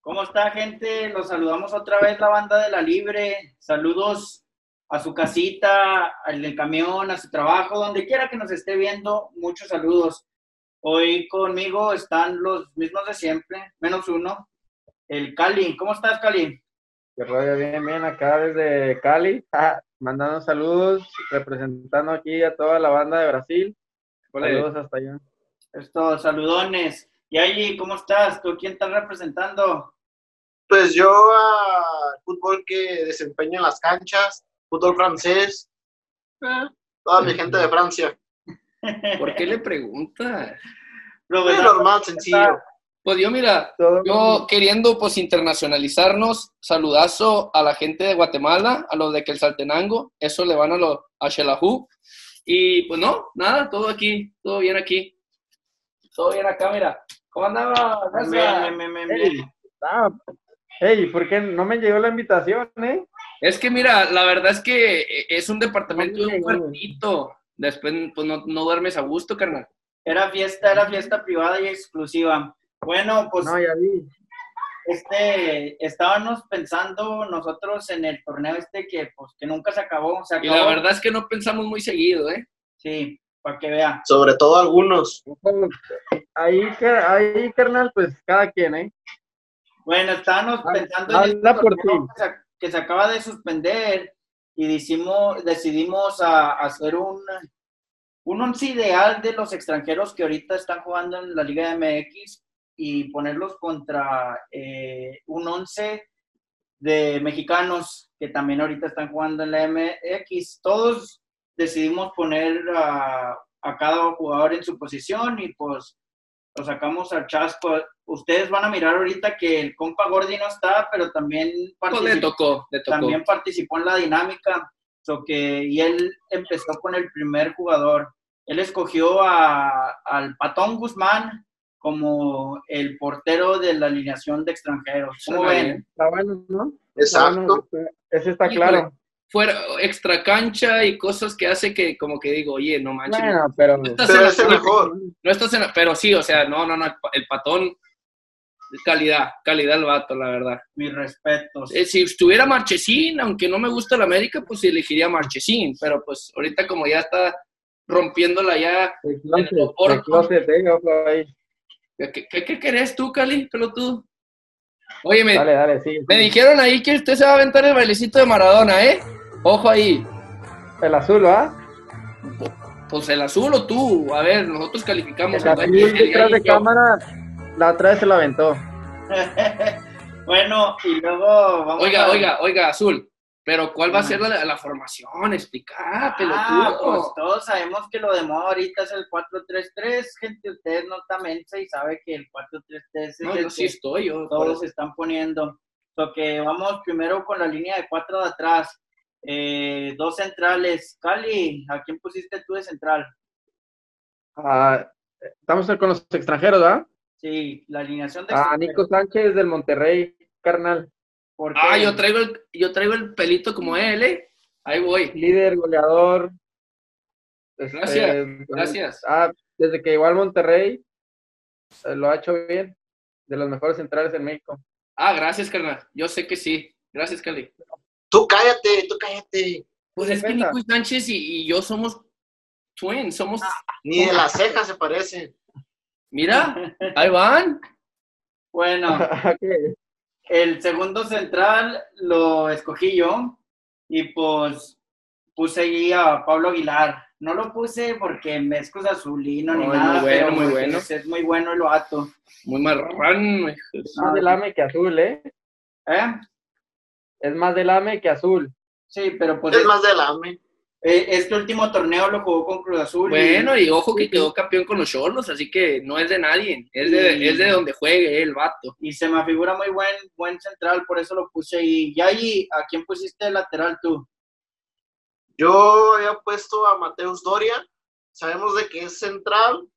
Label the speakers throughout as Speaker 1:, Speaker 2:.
Speaker 1: ¿Cómo está, gente? Los saludamos otra vez, la banda de la Libre. Saludos a su casita, al del camión, a su trabajo, donde quiera que nos esté viendo. Muchos saludos. Hoy conmigo están los mismos de siempre, menos uno, el Cali. ¿Cómo estás, Cali?
Speaker 2: Que rollo, bien, bien, acá desde Cali, ah, mandando saludos, representando aquí a toda la banda de Brasil. Saludos hasta allá.
Speaker 1: Estos saludones. Y allí, ¿cómo estás? ¿Tú quién estás representando?
Speaker 3: Pues yo al fútbol que desempeño en las canchas, fútbol francés, eh, toda mi gente de Francia.
Speaker 4: ¿Por qué le preguntas?
Speaker 3: Lo es normal, sencillo.
Speaker 4: Pues yo, mira, yo queriendo pues internacionalizarnos, saludazo a la gente de Guatemala, a los de Quetzaltenango, eso le van a los a Xelajú. Y pues no, nada, todo aquí, todo bien aquí. Todo bien acá, mira. ¿Cómo andaba?
Speaker 1: Bien, bien, bien, bien.
Speaker 2: Ah, Ey, ¿por qué no me llegó la invitación, eh?
Speaker 4: Es que mira, la verdad es que e, es un departamento de un cuartito. Después pues no, no duermes a gusto, carnal.
Speaker 1: Era fiesta, era fiesta privada y exclusiva. Bueno, pues
Speaker 2: No, ya vi.
Speaker 1: este, estábamos pensando nosotros en el torneo este que pues que nunca se acabó. Se
Speaker 4: Y
Speaker 1: acabó.
Speaker 4: la verdad es que no pensamos muy seguido, ¿eh?
Speaker 1: Sí, para que vea.
Speaker 3: Sobre todo algunos.
Speaker 2: Ahí, car- ahí, carnal, pues cada quien, eh.
Speaker 1: Bueno, estábamos
Speaker 2: Ah,
Speaker 1: pensando en
Speaker 2: habla
Speaker 1: este
Speaker 2: por
Speaker 1: torneo
Speaker 2: ti.
Speaker 1: que se, que se acaba de suspender y decimos, decidimos a- hacer un, un once ideal de los extranjeros que ahorita están jugando en la Liga MX y ponerlos contra eh, un once de mexicanos que también ahorita están jugando en la MX. Todos decidimos poner a, a cada jugador en su posición y pues lo sacamos al chasco. Ustedes van a mirar ahorita que el compa Gordi no está, pero también
Speaker 4: Pues le
Speaker 1: participó,
Speaker 4: tocó, le tocó.
Speaker 1: Ah, también participó en la dinámica. So que, y él empezó con el primer jugador. Él escogió a- al Patón Guzmán como el portero de la alineación de extranjeros. ¿Cómo
Speaker 4: Suena
Speaker 1: ven?
Speaker 4: bien.
Speaker 2: Está bueno, ¿no? Está
Speaker 3: Exacto.
Speaker 2: bueno, ese está
Speaker 4: Híjole.
Speaker 2: claro.
Speaker 4: Fuera extra cancha y cosas que hace que como que digo, oye, no manches.
Speaker 2: Bueno, pero.
Speaker 4: no estás en
Speaker 3: Pero
Speaker 4: la-
Speaker 3: es el mejor.
Speaker 4: No estás en la- pero sí, o sea, no, no, no, el pa- el patón, calidad, calidad el vato, la verdad.
Speaker 1: Mis respetos.
Speaker 4: Eh, si estuviera Marchesín, aunque no me gusta el América, pues elegiría a Marchesín, pero pues ahorita como ya está rompiéndola ya,
Speaker 2: El closet,
Speaker 4: En el Oporto.
Speaker 2: el closet, eh, ojo ahí.
Speaker 4: ¿qué, qué, qué querés tú, Cali, pelotudo? Oye, me,
Speaker 2: Dale, dale, sí.
Speaker 4: me dijeron ahí que usted se va a aventar el bailecito de Maradona, ¿eh? Ojo ahí.
Speaker 2: El azul, ¿ah?
Speaker 4: Pues el azul o tú, a ver, nosotros calificamos.
Speaker 2: El azul detrás de cámara, la otra vez se la aventó.
Speaker 1: bueno, y luego vamos
Speaker 4: Oiga,
Speaker 1: a-
Speaker 4: oiga, ah, oiga, azul. Pero ¿cuál va a ser la, la formación? Explica,
Speaker 1: Ah, pues
Speaker 4: pelotudo.
Speaker 1: todos sabemos que lo de moda ahorita es el 4-3-3, gente, ustedes no están mensa y sabe que el 4-3-3 es
Speaker 4: no,
Speaker 1: el
Speaker 4: yo sí
Speaker 1: que
Speaker 4: estoy, yo. por
Speaker 1: todos
Speaker 4: eso.
Speaker 1: están poniendo. Lo que vamos primero con la línea de cuatro de atrás, Eh, dos centrales. Cali, ¿a quién pusiste tú de central?
Speaker 2: Ah, estamos con los extranjeros, ¿ah?
Speaker 1: Sí, la alineación de
Speaker 2: A
Speaker 1: extranjeros.
Speaker 2: Ah, Nico Sánchez del Monterrey, carnal.
Speaker 1: ¿Por qué?
Speaker 4: Ah, yo traigo, el, yo traigo el pelito como él, ¿eh? Ahí voy.
Speaker 2: Líder, goleador. Este,
Speaker 4: Gracias, Gracias.
Speaker 2: Ah, desde que llegó al Monterrey, eh, lo ha hecho bien. De los mejores centrales en México.
Speaker 4: Ah, gracias, carnal. Yo sé que sí. Gracias, Cali.
Speaker 3: Tú cállate, tú cállate.
Speaker 4: Pues es que
Speaker 2: Venga.
Speaker 4: Nico Sánchez y, y yo somos twins, somos...
Speaker 1: Ah.
Speaker 3: Ni de las cejas se parecen.
Speaker 4: Mira, ahí van.
Speaker 1: Bueno,
Speaker 2: ¿Qué?
Speaker 1: El segundo central lo escogí yo y pues puse ahí a Pablo Aguilar. No lo puse porque me es azulino ni
Speaker 4: Ay, muy
Speaker 1: nada,
Speaker 4: bueno,
Speaker 1: pero
Speaker 4: muy
Speaker 1: pues,
Speaker 4: bueno.
Speaker 1: es muy bueno y lo ato.
Speaker 4: Muy marrano. hijo de su-
Speaker 1: Ah,
Speaker 2: Más del AME que azul, ¿eh?
Speaker 1: ¿Eh?
Speaker 2: Es más del AME que azul.
Speaker 1: Sí, pero pues
Speaker 3: Es más del AME.
Speaker 1: eh, este último torneo lo jugó con Cruz Azul. y-
Speaker 4: Bueno, y ojo que quedó campeón con los Cholos, así que no es de nadie. Es de, es de donde juegue el vato.
Speaker 1: y, se me figura muy buen, buen central, por eso lo puse ahí. Y ahí, ¿a quién pusiste de lateral tú?
Speaker 3: Yo había puesto a Mateus Doria. Sabemos de que es central,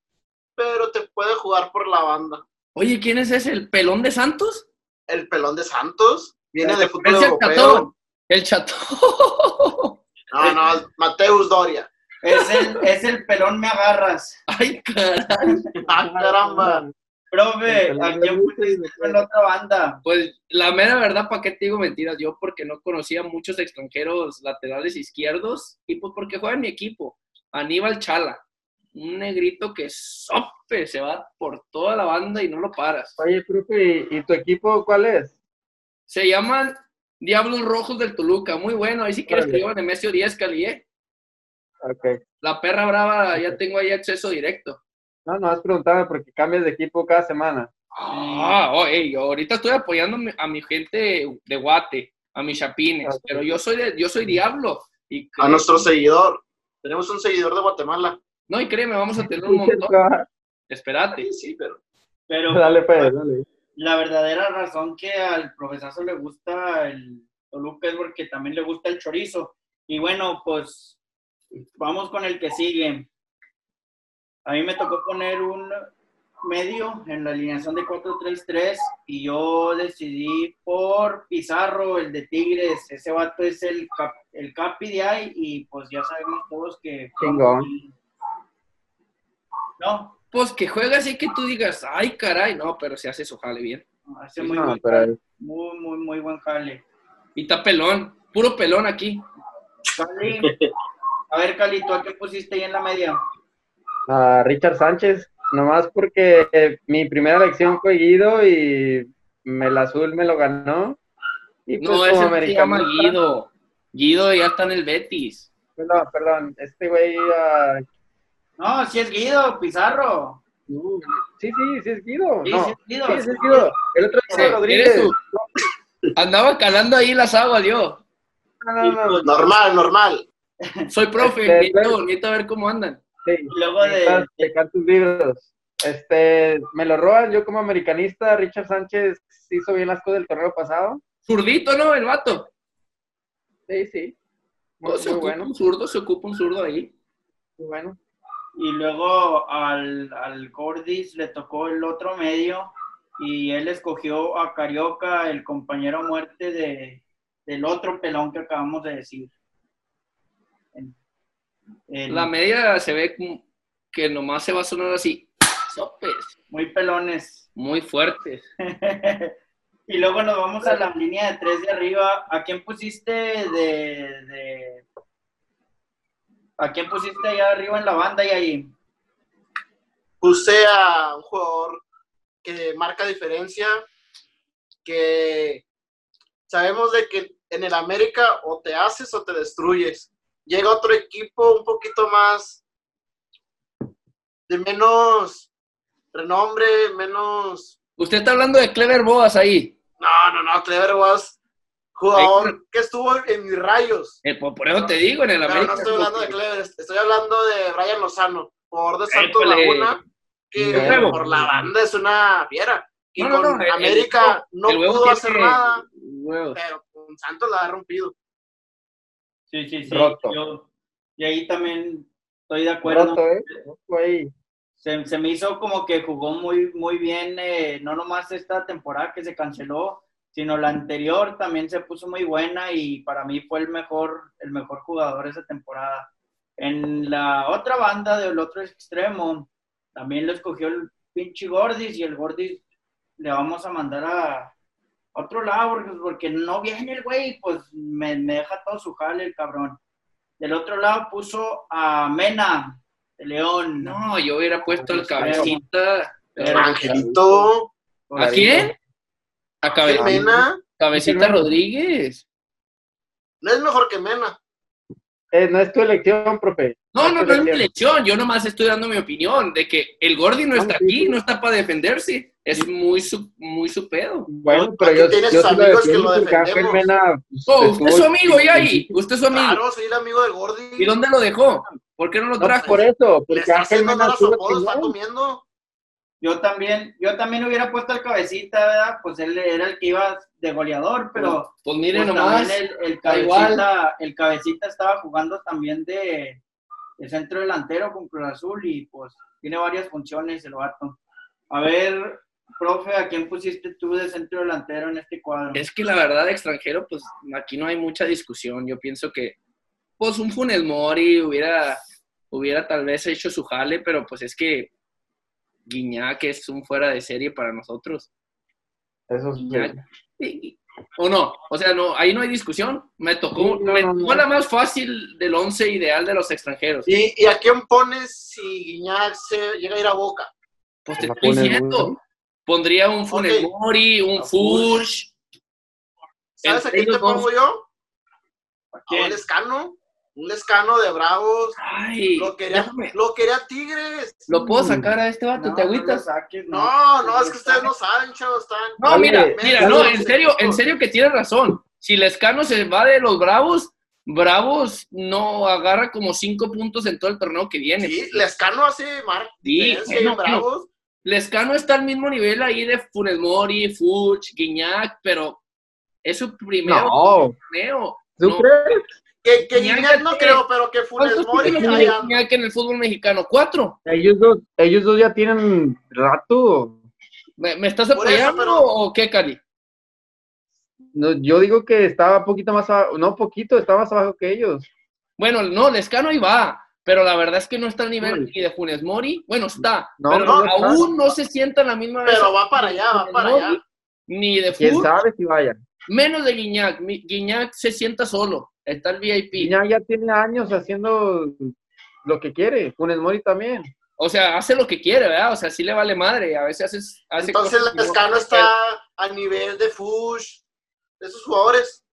Speaker 3: pero te puede jugar por la banda.
Speaker 4: Oye, ¿quién es ese? ¿El pelón de Santos?
Speaker 3: El pelón de Santos viene de fútbol
Speaker 4: Parece el
Speaker 3: europeo.
Speaker 4: chatón. El chatón.
Speaker 3: No, no, Mateus Doria.
Speaker 1: Es el, es el pelón me agarras.
Speaker 4: Ay, caray.
Speaker 3: Ah, caramba.
Speaker 1: Profe, ¿a quién pusiste en la otra banda?
Speaker 4: Pues la mera verdad, ¿para qué te digo mentiras? Yo porque no conocía muchos extranjeros laterales izquierdos y pues porque juega en mi equipo. Aníbal Chala, un negrito que sope, se va por toda la banda y no lo paras.
Speaker 2: Oye, profe, ¿y, y tu equipo cuál es?
Speaker 4: Se llaman Diablos Rojos del Toluca, muy bueno. Ahí si sí quieres que llevan Nemesio 10, Cali, ¿eh?
Speaker 2: Ok.
Speaker 4: La perra brava, ya tengo ahí acceso directo.
Speaker 2: No, no, has preguntado porque cambias de equipo cada semana.
Speaker 4: Ah, oh, hey, yo ahorita estoy apoyando a mi gente de Guate, a mis chapines,
Speaker 2: Ah,
Speaker 4: okay. pero yo soy, de, yo soy Diablo. Y
Speaker 3: a nuestro seguidor. Tenemos un seguidor de Guatemala.
Speaker 4: No, y créeme, vamos a tener un montón. Espérate.
Speaker 3: Sí, sí, pero.
Speaker 1: pero
Speaker 2: dale, pues, dale.
Speaker 1: La verdadera razón que al profesazo le gusta el Toluca es porque también le gusta el chorizo. Y bueno, pues vamos con el que sigue. A mí me tocó poner un medio en la alineación de 4-3-3 y yo decidí por Pizarro, el de Tigres. Ese vato es el, cap, el capi de ahí y pues ya sabemos todos que...
Speaker 2: Chingón.
Speaker 1: No.
Speaker 4: Pues que juegas y que tú digas, ay caray, no, pero si haces jale bien.
Speaker 1: Hace muy, no, buen
Speaker 2: pero...
Speaker 1: jale. muy, muy, muy buen jale.
Speaker 4: Y está pelón, puro pelón aquí.
Speaker 1: Cali. A ver, Cali, ¿tú a qué pusiste ahí en la media?
Speaker 2: a Richard Sánchez, nomás porque eh, mi primera elección fue Guido y me, el azul me lo ganó. Y pues,
Speaker 4: no, ese se llama Guido. Guido ya está en el Betis.
Speaker 2: Perdón, perdón, este güey... Uh...
Speaker 1: No, si sí es Guido, Pizarro.
Speaker 2: Uh, sí, sí, sí es Guido.
Speaker 1: Sí,
Speaker 2: no.
Speaker 1: sí es Guido.
Speaker 2: Sí, sí es Guido. El otro es
Speaker 4: Eh,
Speaker 2: Rodríguez.
Speaker 4: eres tú. Andaba calando ahí las aguas, yo.
Speaker 2: No, no, no.
Speaker 4: pues.
Speaker 3: Normal, normal.
Speaker 4: Soy profe,
Speaker 2: Este,
Speaker 4: nieto,
Speaker 2: pero-
Speaker 4: a ver cómo andan.
Speaker 2: Sí,
Speaker 1: Y luego de...
Speaker 2: checar tus libros. Este, me lo roban, yo como americanista, Richard Sánchez hizo bien las cosas del torneo pasado.
Speaker 4: Zurdito, ¿no? El vato.
Speaker 2: Sí, sí. Muy,
Speaker 4: No,
Speaker 3: Pues,
Speaker 4: se
Speaker 2: muy
Speaker 4: ocupa
Speaker 2: bueno,
Speaker 4: un zurdo, se ocupa un zurdo ahí.
Speaker 2: muy bueno.
Speaker 1: Y luego al, al Gordis le tocó el otro medio y él escogió a Carioca, el compañero muerte de, del otro pelón que acabamos de decir. El- el-
Speaker 4: La media se ve como que nomás se va a sonar así. Sopes.
Speaker 1: Muy pelones.
Speaker 4: Muy fuertes.
Speaker 1: y luego nos vamos a la línea de tres de arriba. ¿A quién pusiste de, de- ¿A quién pusiste allá arriba en la banda y ahí?
Speaker 3: Puse a un jugador que marca diferencia, que sabemos de que en el América o te haces o te destruyes. Llega otro equipo un poquito más de menos renombre, menos
Speaker 4: Usted está hablando de Clever Boas ahí.
Speaker 3: No, no, no, Clever Boas, jugador que estuvo en mis rayos.
Speaker 4: Eh, por, por eso te digo, en el
Speaker 3: Pero no
Speaker 4: América.
Speaker 3: estoy hablando de Clever, estoy hablando de Brian Lozano, jugador de Santos
Speaker 4: Épale.
Speaker 3: Laguna, que
Speaker 2: El huevo.
Speaker 3: por la banda es una fiera. Y
Speaker 4: No, no,
Speaker 3: con
Speaker 4: no, el-
Speaker 3: América
Speaker 4: el
Speaker 3: no
Speaker 4: huevo
Speaker 3: pudo
Speaker 4: tiene
Speaker 3: hacer nada,
Speaker 4: huevos.
Speaker 3: pero con Santos la ha rompido.
Speaker 1: Sí, sí, sí.
Speaker 2: Roto.
Speaker 1: yo- y ahí también estoy de acuerdo.
Speaker 2: Roto, ¿eh? Roto ahí.
Speaker 1: Se, se me hizo como que jugó muy, muy bien, eh, no nomás esta temporada que se canceló, sino la anterior también se puso muy buena y para mí fue el mejor, el mejor jugador esa temporada. En la otra banda del otro extremo, también lo escogió el pinche Gordis y el Gordis le vamos a mandar a otro lado porque- pues, porque no viene el güey, pues me, me deja todo su jale el cabrón. Del otro lado puso a Mena, de León.
Speaker 4: No, yo hubiera puesto el
Speaker 1: Pero-
Speaker 4: cabecita.
Speaker 1: Pero-
Speaker 3: Angelito,
Speaker 4: ¿A quién? A
Speaker 3: que
Speaker 4: cabecita,
Speaker 3: Mena,
Speaker 4: cabecita Rodríguez.
Speaker 3: no es mejor que Mena.
Speaker 2: Eh, no es tu elección, profe.
Speaker 4: No, no, no
Speaker 2: tu
Speaker 4: es mi
Speaker 2: elección.
Speaker 4: elección. Yo nomás estoy dando mi opinión de que el Gordi no
Speaker 2: Ah,
Speaker 4: está
Speaker 2: sí,
Speaker 4: aquí,
Speaker 2: sí.
Speaker 4: no está para defenderse. Es muy su, muy su pedo.
Speaker 2: Bueno,
Speaker 3: Aquí
Speaker 2: pero yo,
Speaker 3: tienes
Speaker 2: yo sí lo
Speaker 3: amigos que
Speaker 2: defiendo
Speaker 3: lo
Speaker 2: porque Ángel
Speaker 3: defendemos.
Speaker 2: Mena... pues,
Speaker 4: Oh, usted es su
Speaker 2: estuvo-
Speaker 4: amigo, Yayi. Usted es su amigo.
Speaker 3: Claro, soy el amigo del Gordi.
Speaker 4: ¿Y dónde lo dejó? ¿Por qué no lo
Speaker 2: No,
Speaker 4: trajo?
Speaker 2: por eso,
Speaker 3: Le
Speaker 2: porque
Speaker 3: está
Speaker 2: Ángel
Speaker 3: haciendo
Speaker 2: Mena
Speaker 3: malos
Speaker 2: estuvo
Speaker 3: apodos, está
Speaker 2: chingón.
Speaker 3: comiendo.
Speaker 1: Yo también, yo también hubiera puesto el cabecita, ¿verdad? Pues él era el que iba de goleador, pero
Speaker 4: Pues mire
Speaker 1: pues
Speaker 4: nomás.
Speaker 1: también el, el
Speaker 4: da igual.
Speaker 1: cabecita, el cabecita estaba jugando también de, de centro delantero con Cruz Azul y pues tiene varias funciones el vato. A ver, profe, ¿a quién pusiste tú de centro delantero en este cuadro?
Speaker 4: Es que la verdad, extranjero, pues aquí no hay mucha discusión. Yo pienso que, pues un Funes Mori hubiera, hubiera tal vez hecho su jale, pero pues es que Guiñac es un fuera de serie para nosotros.
Speaker 2: Eso sí.
Speaker 4: Guiñac. O no, o sea, no, ahí no hay discusión. Me tocó,
Speaker 2: Sí, no,
Speaker 4: me
Speaker 2: no,
Speaker 4: tocó
Speaker 2: no.
Speaker 4: la más fácil del once ideal de los extranjeros.
Speaker 3: ¿Y, y a quién pones si Guiñac se llega a ir a Boca?
Speaker 4: Pues te
Speaker 2: La
Speaker 4: estoy
Speaker 2: pone
Speaker 4: diciendo,
Speaker 2: muy-
Speaker 4: pondría un Funes
Speaker 3: Ok.
Speaker 4: Mori, un
Speaker 3: A
Speaker 4: Furch.
Speaker 3: ¿Sabes
Speaker 4: El-
Speaker 3: a quién te
Speaker 4: ellos dos.
Speaker 3: pongo yo? A un
Speaker 1: quién?
Speaker 3: Lescano. Un Lescano de Bravos.
Speaker 4: Ay,
Speaker 3: Lo quería,
Speaker 4: déjame.
Speaker 3: lo quería Tigres.
Speaker 4: ¿Lo puedo sacar a este vato?
Speaker 1: No,
Speaker 4: ¿Te
Speaker 1: no lo
Speaker 4: agüitas?
Speaker 1: saques,
Speaker 3: No, no, es que ustedes no saben, chavos, están.
Speaker 4: No,
Speaker 2: Oye,
Speaker 4: mira,
Speaker 2: me-
Speaker 4: mira,
Speaker 3: me-
Speaker 4: no,
Speaker 3: me-
Speaker 4: en serio, en serio que tienes razón. Si Lescano se va de los Bravos, Bravos no agarra como cinco puntos en todo el torneo que viene.
Speaker 3: Sí, Lescano hace mar.
Speaker 4: Sí, eh,
Speaker 3: diferencia
Speaker 4: bueno,
Speaker 3: en Bravos.
Speaker 4: Lescano está al mismo nivel ahí de Funes Mori, Fuch, Guiñac, pero es su primer
Speaker 2: No,
Speaker 4: torneo.
Speaker 2: ¿tú
Speaker 4: No.
Speaker 2: crees?
Speaker 3: Que, que
Speaker 4: Guiñac
Speaker 3: Guiñac no
Speaker 4: hace-
Speaker 3: creo, pero que Funes
Speaker 4: ¿Cuántos
Speaker 3: Mori
Speaker 4: títulos
Speaker 3: ahí
Speaker 4: tiene
Speaker 3: anda.
Speaker 4: Guiñac en el fútbol mexicano? ¿Cuatro?
Speaker 2: Ellos dos, ellos dos ya tienen rato.
Speaker 4: ¿Me, me estás
Speaker 3: Por eso,
Speaker 4: apoyando
Speaker 3: pero-
Speaker 4: o qué, Cali?
Speaker 2: No, yo digo que estaba poquito más abajo, no poquito, estaba más abajo que ellos.
Speaker 4: Bueno, no, Lescano ahí va, pero la verdad es que no está al nivel
Speaker 2: Uy.
Speaker 4: ni de Funes Mori. Bueno, está,
Speaker 2: No,
Speaker 4: pero
Speaker 3: no
Speaker 2: está.
Speaker 4: aún no se sienta la misma vez
Speaker 3: Pero va para allá, va
Speaker 4: de
Speaker 3: para
Speaker 4: Mori,
Speaker 3: allá.
Speaker 4: Ni de
Speaker 2: ¿Quién
Speaker 4: Funes,
Speaker 2: sabe si vayan?
Speaker 4: menos de Guiñac. Mi- Guiñac se sienta solo, está el VIP.
Speaker 2: Guiñac ya tiene años haciendo lo que quiere. Funes Mori también.
Speaker 4: O sea, hace lo que quiere, ¿verdad? O sea, sí le vale madre. A veces haces- hace.
Speaker 3: Entonces
Speaker 4: cosas que no-
Speaker 3: Lescano está a nivel de Fush, de esos jugadores.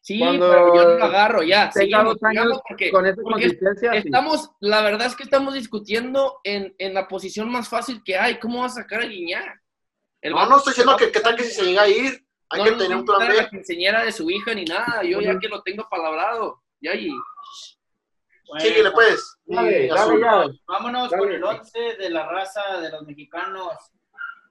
Speaker 4: Sí,
Speaker 2: Cuando
Speaker 4: pero yo no lo agarro, ya.
Speaker 2: Tenga
Speaker 4: Sigamos,
Speaker 2: dos años
Speaker 4: sigamos, porque
Speaker 2: Con esa
Speaker 4: porque
Speaker 2: consistencia, sí.
Speaker 4: estamos, la verdad es que estamos discutiendo en, en la posición más fácil que hay. ¿Cómo va a sacar a Guiñac? El
Speaker 3: No,
Speaker 4: vato-
Speaker 3: no estoy diciendo que qué tal que si se llega a ir, hay
Speaker 4: no
Speaker 3: que
Speaker 4: nos
Speaker 3: tener un
Speaker 4: va a
Speaker 3: plan
Speaker 4: dar La
Speaker 3: B.
Speaker 4: quinceañera de su hija ni nada. Yo ya que lo tengo palabrado. Ya, y
Speaker 1: Bueno,
Speaker 3: Síguele pues.
Speaker 2: Dale,
Speaker 3: Y
Speaker 2: dale
Speaker 3: azul.
Speaker 2: ya.
Speaker 1: Vámonos
Speaker 2: Dale.
Speaker 1: con el 11 de la raza de los mexicanos.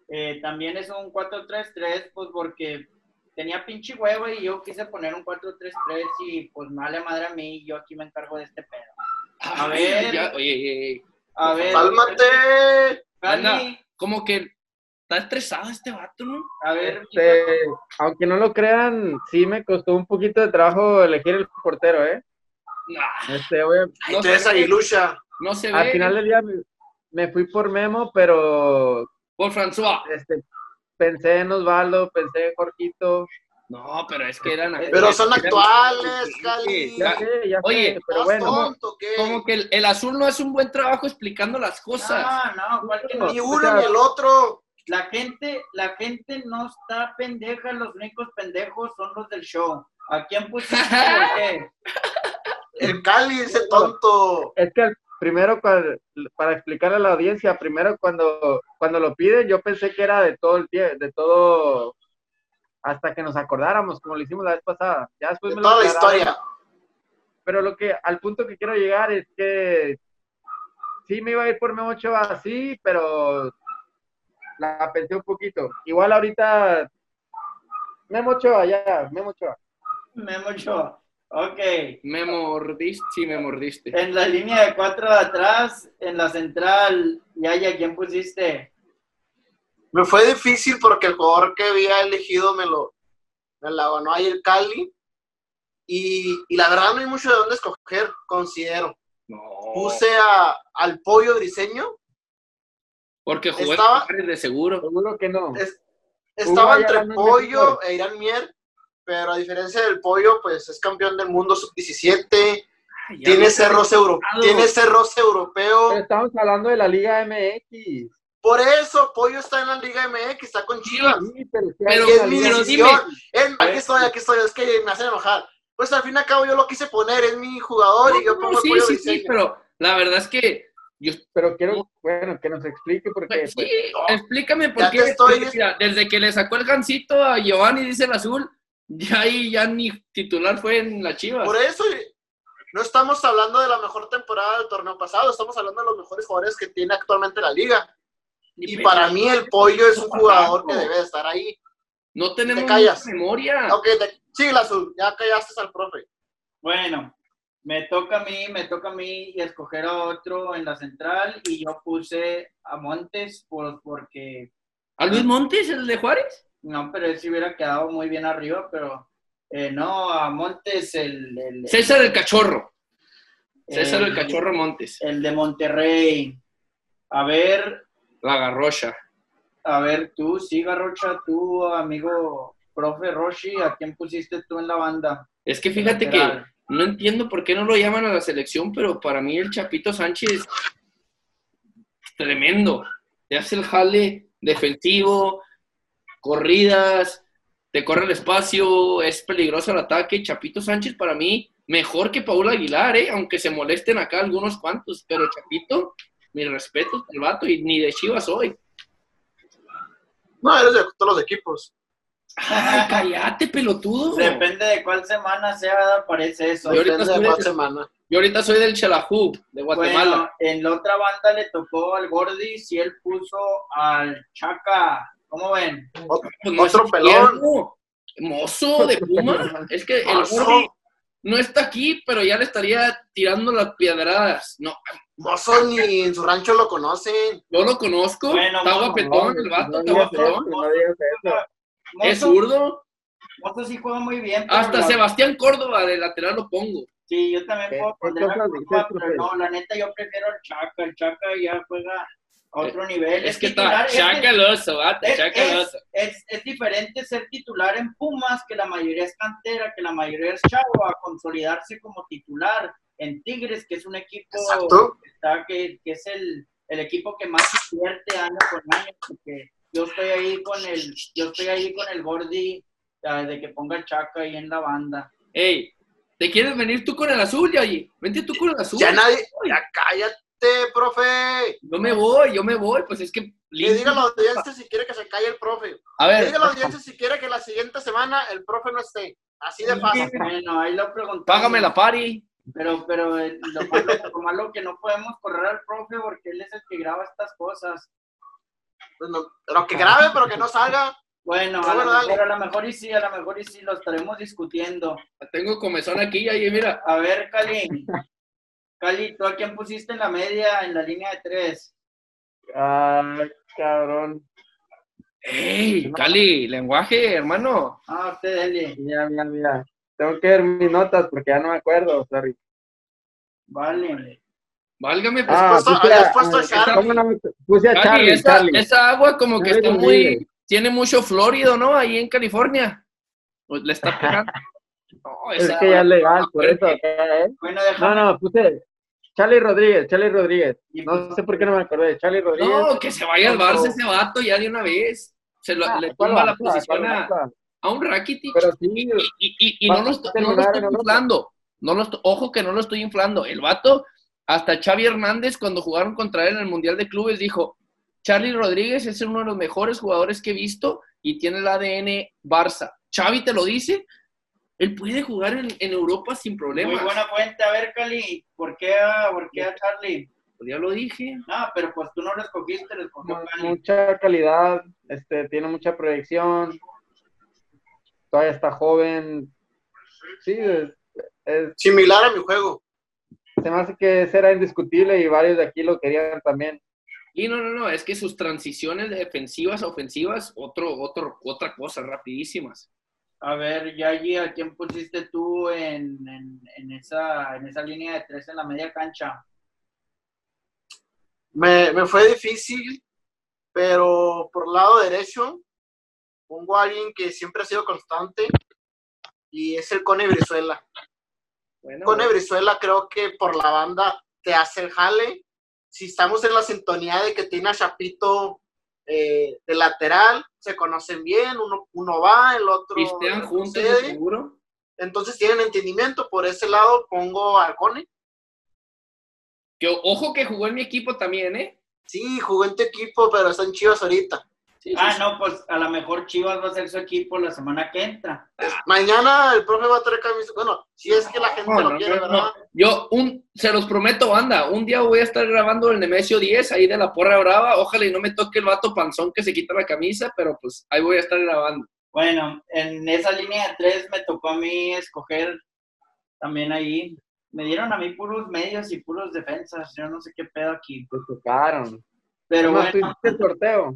Speaker 1: Eh, también es un 4-3-3, pues porque tenía pinche huevo y yo quise poner un 4-3-3 y pues me vale madre a mí, yo aquí me encargo de este pedo. A ver.
Speaker 4: Ya, oye, eh, oye, oye.
Speaker 1: A ver,
Speaker 4: eh,
Speaker 3: Cálmate.
Speaker 1: Cali,
Speaker 4: Anda. como que está estresado este vato, ¿no?
Speaker 1: a ver,
Speaker 2: Este, aunque no lo crean, sí me costó un poquito de trabajo elegir el portero, ¿eh?
Speaker 4: Nah,
Speaker 2: Este, voy a-
Speaker 4: no,
Speaker 3: Tres
Speaker 4: se ve,
Speaker 3: Aguilucha.
Speaker 4: no se
Speaker 2: al
Speaker 4: ve.
Speaker 2: final del día me, me fui por Memo, pero
Speaker 4: Por François.
Speaker 2: este, pensé en Osvaldo, pensé en Jorquito.
Speaker 4: No, pero es que eran.
Speaker 3: Pero son
Speaker 4: eran-
Speaker 3: actuales, Cali.
Speaker 2: Ya sé, ya
Speaker 4: Ah, Oye,
Speaker 2: sé, pero
Speaker 3: ¿Estás
Speaker 2: bueno.
Speaker 3: tonto qué?
Speaker 4: Como que el, el azul no hace un buen trabajo explicando las cosas.
Speaker 3: Ah.
Speaker 1: No, no, cuál que no.
Speaker 3: Ni uno ni el otro.
Speaker 1: La gente, la gente no está pendeja, los únicos pendejos son los del show. ¿A quién pusiste? por qué?
Speaker 3: El Cali, ese tonto.
Speaker 2: Es que al- primero, cual- para explicarle a la audiencia, primero cuando, cuando lo piden, yo pensé que era de todo el pie, de todo, hasta que nos acordáramos, como lo hicimos la vez pasada. Ya después
Speaker 3: De
Speaker 2: me lo
Speaker 3: toda la
Speaker 2: aclararon.
Speaker 3: historia.
Speaker 2: Pero lo que, al punto que quiero llegar es que sí me iba a ir por Memo Ochoa, así, pero la pensé un poquito. Igual ahorita, Memo Ochoa, ya, Memo Ochoa.
Speaker 1: Memo Ochoa. Ok.
Speaker 4: Me mordiste, sí, me mordiste.
Speaker 3: Eh,
Speaker 1: En la línea de cuatro de atrás, en la central, Yaya, ¿quién pusiste?
Speaker 3: Me fue difícil porque el jugador que había elegido me lo me la ganó ahí el Cali. Y, y la verdad no hay mucho de dónde escoger, considero.
Speaker 4: No.
Speaker 3: Puse a- al pollo briseño.
Speaker 4: Porque jugó en
Speaker 3: estaba-
Speaker 4: Juárez de seguro.
Speaker 2: Seguro que no.
Speaker 3: Es- estaba
Speaker 2: Uruguay
Speaker 3: entre
Speaker 2: ganó el
Speaker 3: pollo
Speaker 2: mejor.
Speaker 3: e Irán Mier, pero a diferencia del pollo, pues es campeón del mundo sub-17,
Speaker 4: Ay, ya
Speaker 3: tiene
Speaker 4: no-
Speaker 3: cerros, euro, tiene cerros
Speaker 2: Pero
Speaker 3: europeo.
Speaker 2: estamos hablando de la Liga MX.
Speaker 3: Por eso, pollo está en la Liga MX, está con Chivas.
Speaker 2: Sí, pero, sí
Speaker 4: Pero-
Speaker 2: hay
Speaker 3: es
Speaker 2: una
Speaker 3: mi
Speaker 2: liga.
Speaker 4: pero
Speaker 3: decisión.
Speaker 4: dime.
Speaker 3: En- aquí estoy, aquí estoy, es que me hacen enojar. Pues al fin y al cabo yo lo quise poner, es mi jugador y yo
Speaker 4: No,
Speaker 3: pongo el
Speaker 4: sí,
Speaker 3: pollo
Speaker 4: sí,
Speaker 3: Briseño.
Speaker 4: sí, pero la verdad es que yo
Speaker 2: pero quiero, bueno, que nos explique por qué.
Speaker 4: Sí,
Speaker 2: pues.
Speaker 4: explícame por
Speaker 3: Ya
Speaker 4: qué.
Speaker 3: te estoy-
Speaker 4: porque, mira, desde que le sacó el gancito a Giovanni, dice el azul, ya ahí ya ni titular fue en la Chivas.
Speaker 3: Por eso no estamos hablando de la mejor temporada del torneo pasado, estamos hablando de los mejores jugadores que tiene actualmente la liga.
Speaker 4: Ni
Speaker 3: Y
Speaker 4: pe-
Speaker 3: para mí el pollo es un jugador que debe de estar ahí.
Speaker 4: no tenemos
Speaker 3: te callas.
Speaker 4: memoria.
Speaker 3: Ok, te- sí, la azul, ya callaste al profe.
Speaker 1: Bueno, me toca a mí, me toca a mí y escoger a otro en la central y yo puse a Montes por, porque,
Speaker 4: ¿A Luis Montes, el de Juárez?
Speaker 1: no, pero él se hubiera quedado muy bien arriba, pero eh, no, a Montes el... el-
Speaker 4: César el Cachorro. César el
Speaker 1: eh,
Speaker 4: Cachorro Montes.
Speaker 1: El de Monterrey. A ver,
Speaker 4: La Garrocha.
Speaker 1: A ver, tú, sí, Garrocha, tú, amigo profe Roshi, ¿a quién pusiste tú en la banda?
Speaker 4: Es que fíjate Lateral. que no entiendo por qué no lo llaman a la selección, pero para mí el Chapito Sánchez tremendo. Te hace el jale defensivo, corridas, te corre el espacio, es peligroso el ataque. Chapito Sánchez para mí mejor que Paul Aguilar, ¿eh? aunque se molesten acá algunos cuantos, pero Chapito, mi respeto el vato y ni de Chivas hoy.
Speaker 3: No, eres de todos los equipos.
Speaker 4: Ay, cállate, pelotudo.
Speaker 1: Depende de cuál semana sea, parece eso.
Speaker 4: Yo ahorita,
Speaker 1: Depende de
Speaker 4: soy
Speaker 1: cuál
Speaker 4: del,
Speaker 3: Semana.
Speaker 4: yo ahorita soy del Chelajú, de Guatemala.
Speaker 1: Bueno, en la otra banda le tocó al Gordi, si él puso al Chaca. ¿Cómo ven?
Speaker 4: Pues no es
Speaker 3: Otro pelón.
Speaker 4: izquierdo. Mozo de Puma. Es que el
Speaker 3: Mozo.
Speaker 4: Gordi no está aquí, pero ya le estaría tirando las piedradas. No,
Speaker 3: Mozo ni en su rancho lo conocen.
Speaker 4: yo lo conozco.
Speaker 1: Bueno,
Speaker 4: está
Speaker 1: no,
Speaker 4: guapetón el vato, está guapetón.
Speaker 2: No digas eso.
Speaker 4: Es
Speaker 1: Mozo,
Speaker 4: zurdo.
Speaker 1: Mozo sí juega muy bien. pero
Speaker 4: Hasta
Speaker 1: la-
Speaker 4: Sebastián Córdoba de lateral lo pongo.
Speaker 1: Sí, yo también
Speaker 2: ¿Qué-
Speaker 1: puedo
Speaker 2: qué
Speaker 1: poner a
Speaker 2: cosas
Speaker 1: Córdoba,
Speaker 2: dices,
Speaker 1: pero
Speaker 2: profe?
Speaker 1: no, la neta yo prefiero al Chaca. El Chaca ya juega a otro nivel.
Speaker 4: Eh, Es que
Speaker 1: titular,
Speaker 4: está
Speaker 1: es-
Speaker 4: chacaloso, vato,
Speaker 1: es-
Speaker 4: chacaloso.
Speaker 1: es, es diferente ser titular en Pumas, que la mayoría es cantera, que la mayoría es chavo, a consolidarse como titular en Tigres, que es un
Speaker 4: Oh,
Speaker 1: equipo
Speaker 3: Exacto.
Speaker 1: que, está- que- que es el, el equipo que más invierte año con año, porque yo estoy ahí con el, yo estoy ahí con el Gordi ah, de que ponga el Chaca ahí en la banda.
Speaker 4: Ey, ¿te quieres venir tú con el azul, Yayi? Vente tú con el azul.
Speaker 3: Ya nadie. Ya cállate, profe.
Speaker 4: Yo me voy, yo me voy. Pues es que.
Speaker 3: Le diga a la audiencia si quiere que se calle el profe.
Speaker 4: A
Speaker 3: Le
Speaker 4: ver,
Speaker 3: diga a la audiencia si quiere que la siguiente semana el profe no esté. Así de fácil.
Speaker 1: Bueno, ahí lo preguntamos.
Speaker 4: págame la pari.
Speaker 1: Pero, pero eh, lo malo, lo malo que no podemos correr al profe porque él es el que graba estas cosas.
Speaker 3: Pues no- Pero que grabe, pero que no salga.
Speaker 1: Bueno, a
Speaker 3: Pero
Speaker 1: lo
Speaker 3: bueno, dale.
Speaker 1: mejor, a lo mejor y sí, a lo mejor y sí, lo estaremos discutiendo.
Speaker 4: Tengo comezón aquí, Yayi, mira.
Speaker 1: A ver, Cali. Cali, ¿tú a quién pusiste en la media, en la línea de tres?
Speaker 2: Ay, cabrón.
Speaker 4: ¡Ey! Cali, lenguaje, hermano.
Speaker 1: Ah, usted, dele.
Speaker 2: Mira, mira, mira. Tengo que ver mis notas porque ya no me acuerdo, sorry.
Speaker 1: Vale.
Speaker 4: Válgame, pues.
Speaker 2: Ah,
Speaker 3: puesto-
Speaker 2: puse
Speaker 3: habías puesto a
Speaker 2: ah,
Speaker 3: Charlie.
Speaker 2: ¿cómo no me- Puse a
Speaker 4: Cali,
Speaker 2: Charlie,
Speaker 4: esa,
Speaker 2: Charlie.
Speaker 4: esa agua como que
Speaker 2: Charlie
Speaker 4: está
Speaker 2: Rodríguez.
Speaker 4: muy. Tiene mucho florido, ¿no? Ahí en California. Pues le está pegando. No, Ah,
Speaker 2: Es
Speaker 4: esa
Speaker 2: que ya es
Speaker 4: agua-
Speaker 2: legal, por eso. ¿eh?
Speaker 1: Bueno,
Speaker 2: No,
Speaker 1: déjame.
Speaker 2: no, puse Charlie Rodríguez, Charlie Rodríguez.
Speaker 1: y
Speaker 2: No
Speaker 1: pues,
Speaker 2: sé por qué no me acordé de Charlie Rodríguez.
Speaker 4: No, que se vaya al
Speaker 2: No.
Speaker 4: Barça ese vato ya de una vez. Se lo,
Speaker 2: Ah,
Speaker 4: le
Speaker 2: ¿cuál
Speaker 4: tumba la
Speaker 2: Barça?
Speaker 4: posición
Speaker 2: ¿Cuál
Speaker 4: a,
Speaker 2: Barça?
Speaker 4: a un Rakitic.
Speaker 2: Pero sí,
Speaker 4: Y, y- y- y no
Speaker 2: Barça
Speaker 4: lo,
Speaker 2: va
Speaker 4: estoy-
Speaker 2: a
Speaker 4: no lo
Speaker 2: terminar
Speaker 4: estoy
Speaker 2: en Europa.
Speaker 4: inflando. No lo, estoy- ojo que no lo estoy inflando. El vato, hasta Xavi Hernández, cuando jugaron contra él en el Mundial de Clubes, dijo: Charlie Rodríguez es uno de los mejores jugadores que he visto y tiene el ADN Barça. Xavi te lo dice. Él puede jugar en, en Europa sin
Speaker 1: muy
Speaker 4: problemas.
Speaker 1: buena fuente. A ver, Cali, ¿por qué, a- por qué a Charlie?
Speaker 4: Pues Ya lo dije.
Speaker 1: No, pero pues tú no lo escogiste, lo escogió
Speaker 2: mu-
Speaker 1: Cali.
Speaker 2: mucha calidad, este, tiene mucha proyección, todavía está joven. Sí, es- es-
Speaker 3: Similar a mi juego.
Speaker 2: se me hace que ese era indiscutible y varios de aquí lo querían también.
Speaker 4: Y no, no, no, es que sus transiciones de defensivas a ofensivas, otro, otro, otra cosa, rapidísimas.
Speaker 1: A ver, Yayi, ¿a quién pusiste tú en, en, en esa, en esa línea de tres en la media cancha?
Speaker 3: Me, me fue difícil, pero por lado derecho pongo a alguien que siempre ha sido constante y es el Cone Brizuela.
Speaker 4: Bueno,
Speaker 3: Cone Brizuela creo que por la banda te hace el jale. Si estamos en la sintonía de que tiene a Chapito eh, de lateral, se conocen bien, uno, uno va, el otro
Speaker 4: pistean juntos, de
Speaker 3: retrocede.
Speaker 4: seguro.
Speaker 3: entonces tienen entendimiento. Por ese lado pongo a Cone.
Speaker 4: Que ojo que jugó en mi equipo también, ¿eh?
Speaker 3: Sí, jugó en tu equipo, pero están chivas ahorita.
Speaker 4: Sí,
Speaker 1: Ah,
Speaker 4: sí,
Speaker 1: no, pues a lo mejor Chivas va a ser su equipo la semana que entra.
Speaker 3: Mañana el profe va a traer camisa. Bueno, si es que la gente
Speaker 4: No,
Speaker 3: lo
Speaker 4: no,
Speaker 3: quiere,
Speaker 4: no,
Speaker 3: ¿verdad?
Speaker 4: Yo un, se los prometo, banda, un día voy a estar grabando el Nemesio 10 ahí de la porra brava. Ojalá y no me toque el vato panzón que se quita la camisa, pero pues ahí voy a estar grabando.
Speaker 1: Bueno, en esa línea de tres me tocó a mí escoger también ahí. Me dieron a mí puros medios y puros defensas. Yo no sé qué pedo aquí.
Speaker 2: Te tocaron.
Speaker 1: Pero
Speaker 2: Además, tú
Speaker 1: bueno,
Speaker 2: hiciste el sorteo.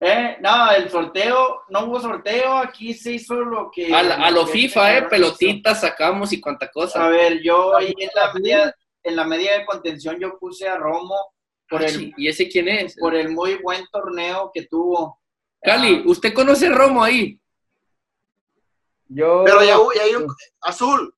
Speaker 1: eh, no, el sorteo, no hubo sorteo. Aquí se hizo lo que.
Speaker 4: A, la- a lo
Speaker 1: que
Speaker 4: FIFA,
Speaker 1: este
Speaker 4: ¿eh?
Speaker 1: cabrón
Speaker 4: Pelotitas sacamos y cuánta
Speaker 1: hizo. A
Speaker 4: cosa.
Speaker 1: ver, yo ahí en la media, en la media de contención yo puse a Romo por el,
Speaker 4: ¿Y ese quién es?
Speaker 1: por el muy buen torneo que tuvo. Ah,
Speaker 4: Cali, ¿usted conoce a Romo ahí?
Speaker 2: Yo,
Speaker 3: Pero ya, hu- ya hay un azul.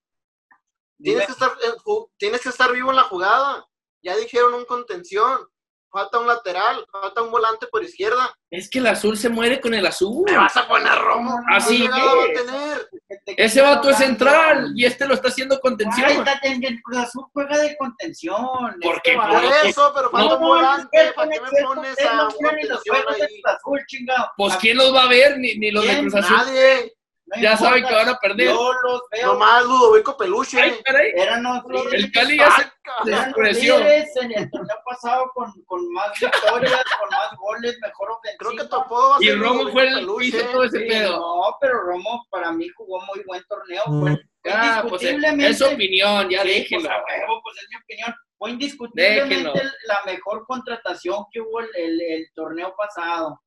Speaker 1: dime,
Speaker 3: Tienes que, estar, en ju- tienes que estar vivo en la jugada. Ya dijeron un contención. Falta un lateral. Falta un volante por izquierda.
Speaker 4: Es que el azul se muere con el azul.
Speaker 3: Me vas a poner Romo.
Speaker 4: Así
Speaker 3: ¿Qué llegada va a
Speaker 4: es.
Speaker 3: tener?
Speaker 1: que te
Speaker 4: Ese vato es
Speaker 1: quito
Speaker 4: central y este lo está haciendo
Speaker 1: Ahí
Speaker 4: contención.
Speaker 1: está, en el Cruz Azul juega de contención. este
Speaker 4: ¿Por qué?
Speaker 3: Por
Speaker 1: vato-
Speaker 3: eso, pero falta
Speaker 1: No,
Speaker 3: un volante. ¿Para qué me pones
Speaker 1: ustedes
Speaker 3: a
Speaker 1: no
Speaker 3: un
Speaker 1: juegan ni los
Speaker 3: contención
Speaker 1: juegos del
Speaker 3: ahí?
Speaker 1: Cruz Azul, chingado.
Speaker 4: Pues
Speaker 1: A-
Speaker 4: quién los va a ver, ni, ni los de
Speaker 1: ¿Quién?
Speaker 4: Cruz Azul.
Speaker 3: Nadie.
Speaker 1: no
Speaker 4: Ya
Speaker 1: importa,
Speaker 4: saben que van a perder.
Speaker 1: Yo los veo.
Speaker 3: Nomás Ludovico Peluche.
Speaker 4: Ay, caray.
Speaker 1: Eran los líderes-
Speaker 4: El Cali ya se
Speaker 3: Ay, cabrón.
Speaker 1: eran los
Speaker 4: despreció.
Speaker 1: líderes en el torneo pasado con, con más victorias, con más goles, mejor ofensiva.
Speaker 3: Creo que tu apodo va a
Speaker 4: Y
Speaker 3: ser
Speaker 4: Romo
Speaker 3: Ludovico
Speaker 4: fue el que
Speaker 3: Peluche.
Speaker 4: hizo todo ese
Speaker 1: Sí,
Speaker 4: pedo.
Speaker 1: no, pero Romo para mí jugó muy buen torneo.
Speaker 3: Mm.
Speaker 1: Fue
Speaker 4: Ya, pues, es-
Speaker 1: indiscutiblemente.
Speaker 4: es su opinión, ya
Speaker 1: Sí,
Speaker 4: déjenlo.
Speaker 1: Pues, a huevo, pues es mi opinión. Fue indiscutiblemente
Speaker 4: Déjenlo.
Speaker 1: la mejor contratación que hubo el, el- el torneo pasado.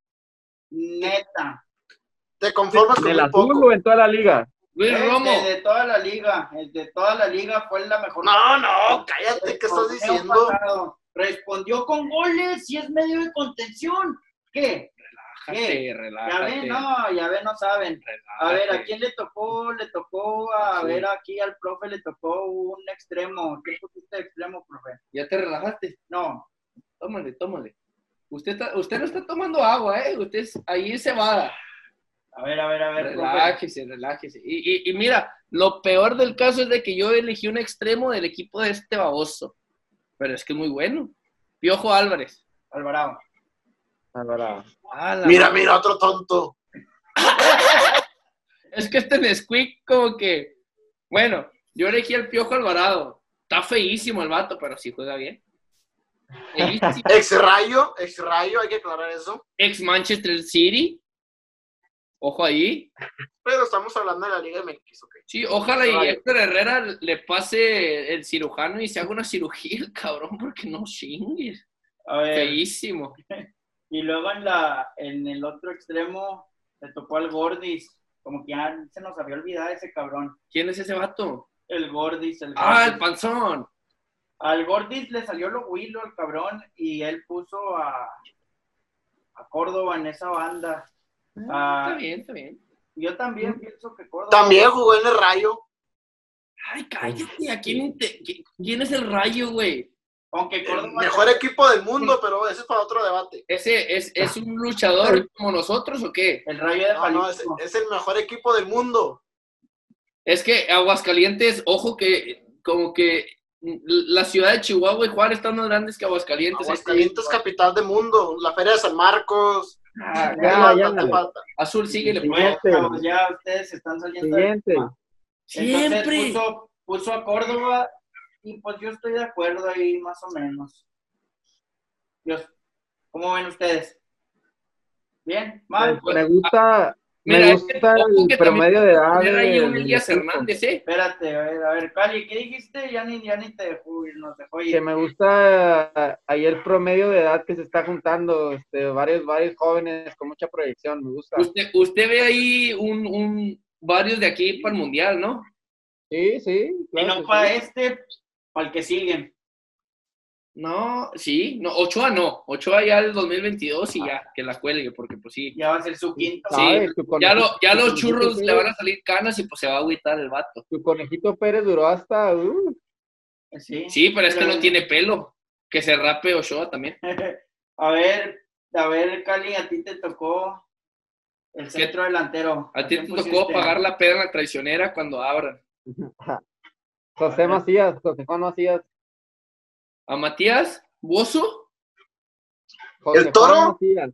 Speaker 1: Neta.
Speaker 3: Te conformas con
Speaker 2: ¿En el
Speaker 3: un
Speaker 2: azul
Speaker 3: poco.
Speaker 2: o en toda la liga?
Speaker 4: Luis
Speaker 1: El
Speaker 4: Romo,
Speaker 1: Este, De, de toda la liga. El de toda la liga fue la mejor.
Speaker 3: No, no, cállate,
Speaker 1: del
Speaker 3: ¿qué
Speaker 1: torneo
Speaker 3: estás diciendo?
Speaker 1: pasado. Respondió con goles y es medio de contención. ¿Qué?
Speaker 4: relájate,
Speaker 1: Ya
Speaker 4: relájate.
Speaker 1: ven, no, ya ven, no saben. A ver, ¿a quién le tocó? Le tocó, a
Speaker 4: Este, Sí.
Speaker 1: ver, aquí al profe le tocó un extremo. ¿Qué pusiste de extremo, profe?
Speaker 4: Ya te relajaste.
Speaker 1: No,
Speaker 4: Tómale, tómale. Usted, está- usted no está tomando agua, ¿eh? Usted es- ahí se va.
Speaker 1: a ver, a ver, a ver, profe.
Speaker 4: Relájese, relájese. Y, y- y mira, lo peor del caso es de que yo elegí un extremo del equipo de este baboso. Pero es que es muy bueno. Piojo Álvarez.
Speaker 1: Alvarado.
Speaker 2: Ahora,
Speaker 1: Ah,
Speaker 4: A la
Speaker 3: Mira,
Speaker 4: madre.
Speaker 3: mira, otro tonto.
Speaker 4: Es que este Nesquik como que... Bueno, yo elegí al Piojo Alvarado. Está feísimo el vato, pero sí juega bien. Feísimo.
Speaker 3: Ex rayo, ex rayo, hay que aclarar eso.
Speaker 4: Ex Manchester City. Ojo ahí.
Speaker 3: Pero estamos hablando de la Liga MX, ok.
Speaker 4: Sí, ojalá y
Speaker 3: Vale.
Speaker 4: Héctor Herrera le pase el cirujano y se haga una cirugía, el cabrón, porque no chingues.
Speaker 1: A ver,
Speaker 4: Feísimo.
Speaker 1: y luego en, la, en el otro extremo le tocó al Gordis. Como que ya se nos había olvidado ese cabrón.
Speaker 4: ¿Quién es ese vato?
Speaker 1: El Gordis, el
Speaker 4: Ah, el
Speaker 1: Gordis.
Speaker 4: panzón.
Speaker 1: Al Gordis le salió lo huilo el cabrón y él puso a, a Córdoba en esa banda. Ah.
Speaker 4: Está bien, está bien.
Speaker 1: Yo también pienso que Córdoba.
Speaker 3: También jugó en el rayo.
Speaker 4: Ay, cállate. ¿A quién, te- qui- quién es el rayo, güey?
Speaker 1: Aunque
Speaker 3: El
Speaker 1: Córdoba.
Speaker 3: mejor equipo del mundo, pero ese es para otro debate.
Speaker 4: ¿Ese es, es un luchador como nosotros o qué?
Speaker 1: El rayo de
Speaker 3: No, no, es,
Speaker 1: Jalisco.
Speaker 3: es el mejor equipo del mundo.
Speaker 4: Es que Aguascalientes, ojo que como que la ciudad de Chihuahua y Juárez están más grandes que Aguascalientes. este,
Speaker 3: Aguascalientes, capital del mundo. La Feria de San Marcos.
Speaker 4: Ah,
Speaker 2: Ya,
Speaker 3: Ahí va,
Speaker 2: ya,
Speaker 3: tanta
Speaker 2: dale.
Speaker 3: falta.
Speaker 4: Azul, síguele. por
Speaker 1: Bueno,
Speaker 4: favor.
Speaker 2: Siguiente.
Speaker 1: chavos, ya ustedes se están saliendo. del
Speaker 2: Siguiente.
Speaker 1: tema. Entonces, pues,
Speaker 4: Siempre.
Speaker 1: Puso, puso a Córdoba y pues yo estoy de acuerdo ahí más o menos. Dios, ¿cómo ven ustedes? Bien, mal.
Speaker 2: Me gusta,
Speaker 4: Mira,
Speaker 2: me
Speaker 4: es que
Speaker 2: gusta
Speaker 4: ojo que
Speaker 2: el promedio de edad.
Speaker 4: Era ahí un
Speaker 2: del
Speaker 4: Elías
Speaker 2: equipo.
Speaker 4: Hernández, ¿eh?
Speaker 1: Espérate, a ver, a ver, Cali, ¿qué dijiste? Ya ni, ya ni te dejó ir, nos dejó
Speaker 2: que
Speaker 1: ir.
Speaker 2: me gusta ahí el promedio de edad que se está juntando, este, varios, varios jóvenes con mucha proyección, me gusta.
Speaker 4: Usted, usted ve ahí un, un- varios de aquí para el mundial, ¿no?
Speaker 2: Sí, sí.
Speaker 1: Y
Speaker 2: claro
Speaker 1: no
Speaker 2: que
Speaker 1: para
Speaker 2: sí.
Speaker 1: este, para el que siguen.
Speaker 4: No, sí, no, Ochoa no, Ochoa ya el 2022 y ya, que la cuelgue, porque pues sí.
Speaker 1: Ya va a ser su quinto.
Speaker 4: Sí.
Speaker 2: ¿Sabes? Tu
Speaker 4: Ya, lo,
Speaker 2: conejito-
Speaker 4: ya
Speaker 2: tu
Speaker 4: los
Speaker 2: conejito
Speaker 4: churros
Speaker 2: Pérez-
Speaker 4: le van a salir canas y pues se va a agüitar el vato.
Speaker 2: Tu conejito Pérez duró hasta. uh,
Speaker 1: Sí.
Speaker 4: Sí, pero es que
Speaker 1: Pero-
Speaker 4: no tiene pelo, que se rape Ochoa también.
Speaker 1: A ver, a ver, Cali, a ti te tocó el centro delantero.
Speaker 4: A ti te
Speaker 1: quién
Speaker 4: tocó
Speaker 1: pusiste?
Speaker 4: pagar la peda en la traicionera cuando abran.
Speaker 2: José Macías, José Juan Macías.
Speaker 4: A Matías, Bozo,
Speaker 2: José
Speaker 3: ¿El toro?
Speaker 2: Juan Macías.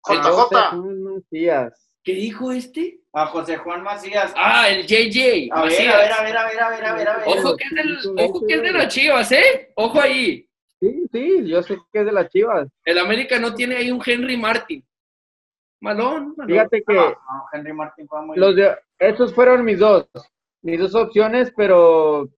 Speaker 2: José
Speaker 3: JJ.
Speaker 2: Juan Macías.
Speaker 4: ¿qué dijo este?
Speaker 1: A José Juan Macías.
Speaker 4: Ah, el JJ.
Speaker 1: a, ver,
Speaker 4: Macías.
Speaker 1: a ver, a ver, a ver, a ver, a ver, a ver. este.
Speaker 4: Ojo que es, del, ojo que es de las chivas, ¿eh? Ojo ahí.
Speaker 2: Sí, sí, yo sé que es de las Chivas.
Speaker 4: El América no tiene ahí un Henry Martin. Malón, malón.
Speaker 2: Fíjate que
Speaker 1: No, no, Henry Martín fue muy
Speaker 2: los de, esos fueron mis dos, mis dos opciones, pero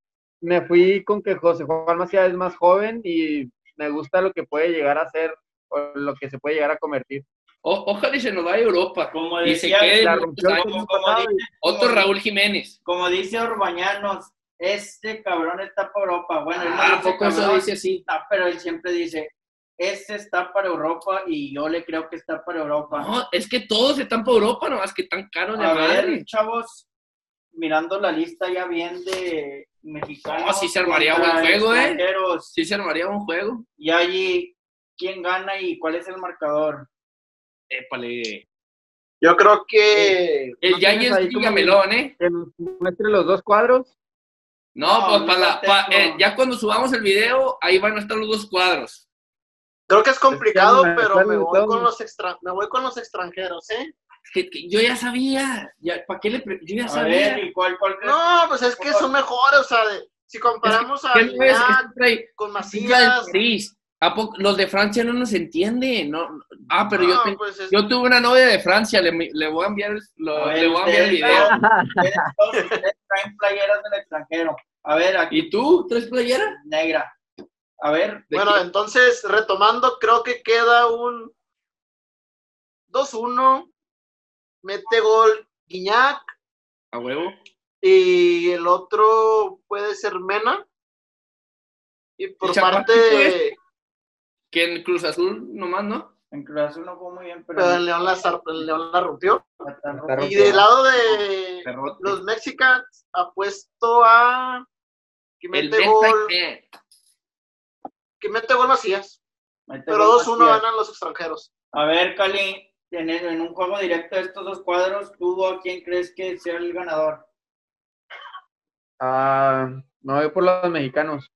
Speaker 2: me fui con que José Juan Macías es más joven y me gusta lo que puede llegar a ser o lo que se puede llegar a convertir.
Speaker 4: O- ojalá y se nos vaya a Europa.
Speaker 1: Como
Speaker 4: Y se
Speaker 1: decía,
Speaker 4: quede
Speaker 2: La
Speaker 4: muchos
Speaker 2: rompió el
Speaker 4: años.
Speaker 2: torneo
Speaker 1: como
Speaker 2: pasado y-
Speaker 1: dice,
Speaker 4: Otro Raúl Jiménez.
Speaker 1: como dice Orbañanos, este cabrón está para Europa. Bueno, él no
Speaker 4: Ah, ¿a
Speaker 1: dice
Speaker 4: poco eso
Speaker 1: cabrón,
Speaker 4: dice así?
Speaker 1: está, pero él siempre dice, este está para Europa y yo le creo que está para Europa.
Speaker 4: No, es que todos están por Europa, nomás que tan caros de
Speaker 1: A ver,
Speaker 4: madre.
Speaker 1: chavos, mirando la lista ya bien de mexicanos.
Speaker 4: No, sí se armaría
Speaker 1: contra
Speaker 4: buen juego, ¿eh?
Speaker 1: extranjeros.
Speaker 4: Sí se armaría un juego.
Speaker 1: Y allí, ¿quién gana y cuál es el marcador?
Speaker 4: Épale.
Speaker 3: Yo creo que
Speaker 4: El
Speaker 2: ¿No tienes
Speaker 4: Yañez
Speaker 2: ahí
Speaker 4: y
Speaker 2: como-
Speaker 4: Gamelón, ¿eh?
Speaker 2: Que nos muestre los dos cuadros.
Speaker 4: No,
Speaker 1: No,
Speaker 4: pues
Speaker 1: no
Speaker 4: para la-
Speaker 1: tengo.
Speaker 4: pa- eh, ya cuando subamos el video, ahí van a estar los dos cuadros.
Speaker 3: creo que es complicado,
Speaker 2: Es que me
Speaker 3: pero me
Speaker 2: acuerdo
Speaker 3: voy
Speaker 2: todo.
Speaker 3: con los extra, me voy con los extranjeros, ¿eh?
Speaker 4: Es que, que yo ya sabía. Ya, ¿Para qué le.? pre- Yo ya
Speaker 1: A
Speaker 4: sabía.
Speaker 1: ver, ¿y cuál, cuál crees?
Speaker 3: No, pues es que son mejores, o sea, de- si comparamos a
Speaker 4: ¿Qué no es?
Speaker 3: Guiñac
Speaker 4: ¿Qué trae?
Speaker 3: con
Speaker 4: Sí, trae
Speaker 3: Macías,
Speaker 4: París. ¿A poco- Los de Francia no nos entienden. No. Ah, pero yo,
Speaker 3: no,
Speaker 4: tengo-
Speaker 3: pues es-
Speaker 4: yo tuve una novia de Francia. Le, le voy a enviar el, lo-
Speaker 1: A ver,
Speaker 4: le voy a enviar
Speaker 1: ustedes,
Speaker 4: el video.
Speaker 1: ustedes todos, ustedes traen playeras del extranjero. A ver, aquí,
Speaker 4: ¿Y tú? ¿Tres playeras?
Speaker 1: negra. A ver,
Speaker 4: ¿De
Speaker 3: bueno,
Speaker 4: qué?
Speaker 3: entonces retomando, creo que queda un 2-1, mete gol Guiñac
Speaker 4: a huevo.
Speaker 3: y el otro puede ser Mena. Y por
Speaker 4: Chaparrito
Speaker 3: parte
Speaker 4: este.
Speaker 3: de
Speaker 4: Que en Cruz Azul nomás, ¿no?
Speaker 1: en Cruz Azul no fue muy bien, pero
Speaker 3: pero el León la, zar- el León la rompió.
Speaker 1: la tan-
Speaker 2: La
Speaker 3: Y
Speaker 2: rompió.
Speaker 3: del lado de
Speaker 4: Perrote.
Speaker 3: los mexicanos apuesto a que
Speaker 4: El
Speaker 3: mete gol,
Speaker 4: Mesa,
Speaker 3: que mete gol Macías,
Speaker 1: ahí te
Speaker 3: pero
Speaker 1: voy,
Speaker 3: 2-1
Speaker 1: Macías.
Speaker 3: ganan los extranjeros.
Speaker 1: A ver, Cali, en, el- en un juego directo de estos dos cuadros, ¿tú a quién crees que sea el ganador?
Speaker 2: Ah, me voy por los mexicanos.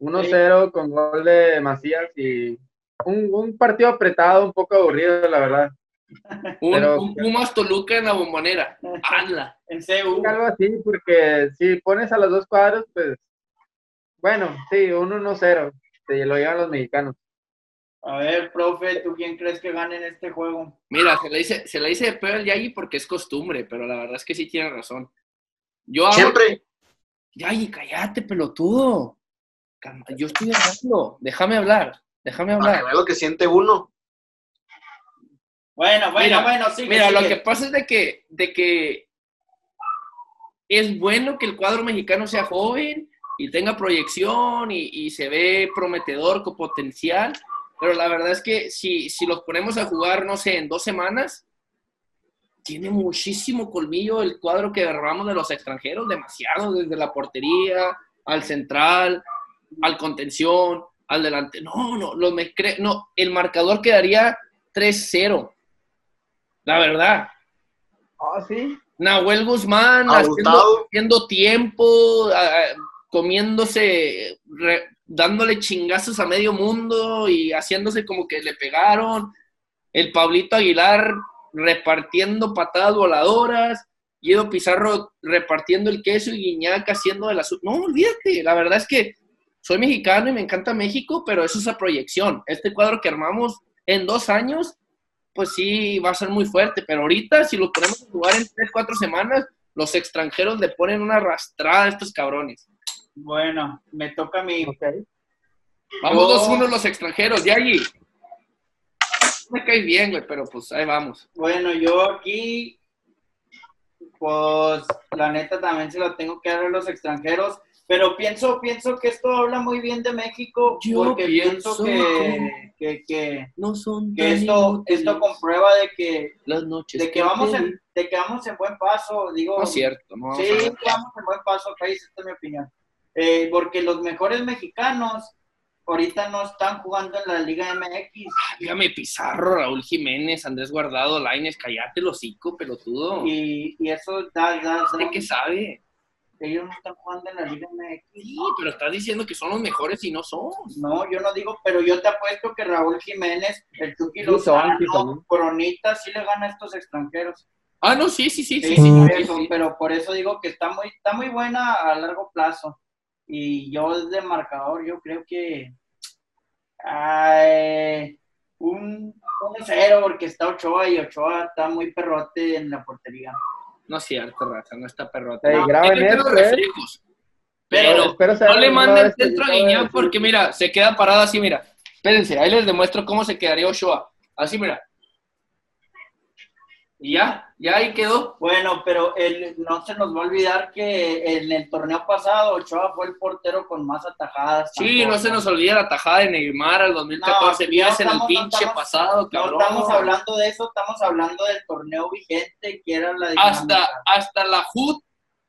Speaker 2: 1-0 con gol de Macías y un, un partido apretado, un poco aburrido, la verdad.
Speaker 4: un,
Speaker 2: Pero-
Speaker 4: un Pumas Toluca en la bombonera. ¡Hala!
Speaker 1: En CU.
Speaker 2: Algo así, porque si pones a los dos cuadros, pues bueno, sí, un 1-0, se lo llevan los mexicanos.
Speaker 1: A ver, profe, ¿tú quién crees que gane en este juego?
Speaker 4: Mira, se la hice, se la hice de pedo al Yagi porque es costumbre, pero la verdad es que sí tiene razón. Yo hago-
Speaker 3: Siempre,
Speaker 4: Yagi, cállate, pelotudo. Calma, Yo estoy hablando. Déjame hablar. Déjame
Speaker 3: para que
Speaker 4: hablar.
Speaker 3: vea lo que siente uno.
Speaker 1: Bueno, bueno,
Speaker 4: Mira,
Speaker 1: bueno, sigue,
Speaker 4: Mira, lo
Speaker 1: sigue.
Speaker 4: que pasa es de que, de que es bueno que el cuadro mexicano sea joven y tenga proyección y, y se ve prometedor con potencial, pero la verdad es que si, si los ponemos a jugar, no sé, en dos semanas, tiene muchísimo colmillo el cuadro que derramamos de los extranjeros, demasiado, desde la portería, al central, al contención, al delante. No, no, los me- cre- no el marcador quedaría 3-0. La verdad.
Speaker 2: Ah, sí.
Speaker 4: Nahuel Guzmán
Speaker 3: Ah,
Speaker 4: haciendo,
Speaker 3: Abultado.
Speaker 4: haciendo tiempo, a- a- comiéndose, re- dándole chingazos a medio mundo y haciéndose como que le pegaron. El Pablito Aguilar repartiendo patadas voladoras. Guido Pizarro repartiendo el queso y Guiñac haciendo de la su- No, olvídate, la verdad es que soy mexicano y me encanta México, pero eso es esa proyección. Este cuadro que armamos en dos años, pues sí, va a ser muy fuerte, pero ahorita si lo ponemos a jugar en tres, cuatro semanas, los extranjeros le ponen una arrastrada a estos cabrones.
Speaker 1: Bueno, me toca a mí.
Speaker 2: Ok.
Speaker 4: Vamos
Speaker 1: Yo-
Speaker 4: 2-1 los extranjeros, Yagi. Me caes bien, güey, pero pues ahí vamos.
Speaker 1: Bueno, yo aquí, pues la neta también se la tengo que dar a los extranjeros, pero pienso, pienso que esto habla muy bien de México,
Speaker 4: Yo
Speaker 1: porque pienso,
Speaker 4: pienso
Speaker 1: que, que, que-
Speaker 4: No son
Speaker 1: que esto, esto comprueba de que,
Speaker 4: las noches.
Speaker 1: de que vamos en, de que vamos en buen paso, digo,
Speaker 4: No es cierto, no vamos
Speaker 1: sí,
Speaker 4: a ver.
Speaker 1: vamos en buen paso, país, esta es mi opinión. Eh, porque los mejores mexicanos ahorita no están jugando en la Liga MX.
Speaker 4: Dígame Pizarro, Raúl Jiménez, Andrés Guardado, Laines, cállate los cinco, pelotudo.
Speaker 1: Y, y eso da, da, da-
Speaker 4: ¿De qué sabe?
Speaker 1: ellos no están jugando en la Liga MX.
Speaker 4: Sí, pero estás diciendo que son los mejores y no son.
Speaker 1: No, yo no digo, pero yo te apuesto que Raúl Jiménez, el Chucky
Speaker 2: Sí, son,
Speaker 1: Lozano,
Speaker 2: sí, son.
Speaker 1: Coronita, sí le gana a estos extranjeros.
Speaker 4: Ah, no, sí, sí, sí,
Speaker 1: Sí,
Speaker 4: sí, sí.
Speaker 1: por
Speaker 4: sí,
Speaker 1: eso,
Speaker 4: sí.
Speaker 1: pero por eso digo que está muy, está muy buena a largo plazo. Y yo de marcador, yo creo que ay, un 1-0, porque está Ochoa y Ochoa está muy perrote en la portería.
Speaker 4: No es cierto, raza, no está perrota.
Speaker 2: Ey,
Speaker 4: No,
Speaker 2: graben
Speaker 4: tiene
Speaker 2: esto,
Speaker 4: los
Speaker 2: eh.
Speaker 4: reflejos. Pero
Speaker 2: espero
Speaker 4: no
Speaker 2: saber
Speaker 4: le
Speaker 2: la
Speaker 4: manden
Speaker 2: vez que
Speaker 4: centro a
Speaker 2: yo voy a
Speaker 4: Guiñac
Speaker 2: decir-
Speaker 4: porque, mira, se queda parado así, mira. Espérense, ahí les demuestro cómo se quedaría Ochoa. Así, mira. Y ya. Ya ahí quedó.
Speaker 1: Bueno, pero el, no se nos va a olvidar que en el torneo pasado Ochoa fue el portero con más atajadas.
Speaker 4: Sí, no se nos olvida la tajada de Neymar al 2014.
Speaker 1: No,
Speaker 4: Vías
Speaker 1: no
Speaker 4: en el
Speaker 1: estamos- no
Speaker 4: pinche
Speaker 1: estamos-
Speaker 4: pasado,
Speaker 1: No
Speaker 4: cabrón.
Speaker 1: estamos hablando de eso, estamos hablando del torneo vigente que era la dinámica.
Speaker 4: hasta, hasta la HUD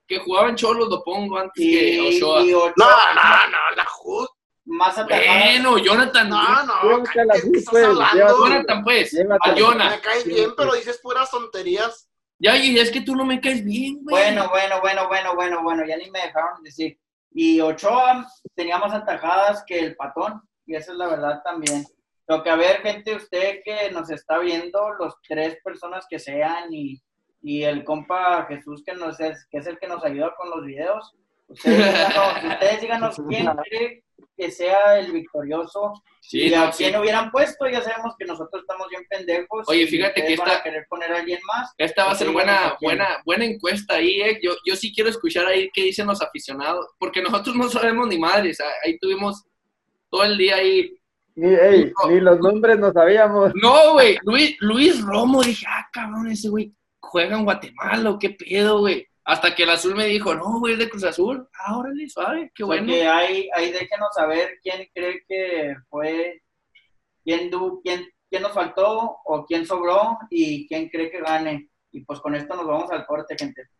Speaker 4: que jugaba en Cholos lo pongo antes que
Speaker 1: y,
Speaker 4: Ochoa.
Speaker 1: y Ochoa
Speaker 3: No, no, no, la JUD.
Speaker 1: más atajadas.
Speaker 4: Bueno, Jonathan,
Speaker 3: No, no,
Speaker 2: Llévate a la
Speaker 3: cállate, ¿qué
Speaker 2: Jud,
Speaker 3: estás
Speaker 2: pues,
Speaker 3: hablando?
Speaker 4: Jonathan, pues,
Speaker 2: Llévatela.
Speaker 4: a Jonah.
Speaker 3: Me cae bien, pero dices puras tonterías.
Speaker 4: Ya, y es que tú no me caes bien, güey.
Speaker 1: Bueno, bueno, bueno, bueno, bueno, bueno, ya ni me dejaron decir. Y Ochoa tenía más atajadas que el patón, y esa es la verdad también. Lo que a ver, gente, usted que nos está viendo, los tres personas que sean, y, y el compa Jesús que, nos es, que es el que nos ayuda con los videos, ustedes díganos, ustedes díganos quién cree que sea el victorioso
Speaker 4: Sí,
Speaker 1: y a
Speaker 4: no, sí.
Speaker 1: quién hubieran puesto, ya sabemos que nosotros estamos bien pendejos.
Speaker 4: Oye,
Speaker 1: y
Speaker 4: fíjate que
Speaker 1: ustedes van a
Speaker 4: esta-
Speaker 1: querer poner a alguien más.
Speaker 4: Esta va a
Speaker 1: Sí,
Speaker 4: ser
Speaker 1: vamos
Speaker 4: buena,
Speaker 1: a quién.
Speaker 4: buena, buena encuesta ahí, eh. Yo, yo sí quiero escuchar ahí qué dicen los aficionados, porque nosotros no sabemos ni madres. ah, Ahí tuvimos todo el día ahí.
Speaker 2: Ni, ey, ni los nombres no sabíamos.
Speaker 4: No, güey, Luis, Luis Romo, dije, ah, cabrón, ese güey juega en Guatemala, ¿o qué pedo, güey. Hasta que el azul me dijo, no, güey, es de Cruz Azul. Ah, órale, suave, qué
Speaker 1: O sea,
Speaker 4: bueno.
Speaker 1: que ahí, ahí déjenos saber quién cree que fue, quién, du- quién, quién nos faltó o quién sobró y quién cree que gane. Y pues con esto nos vamos al corte, gente.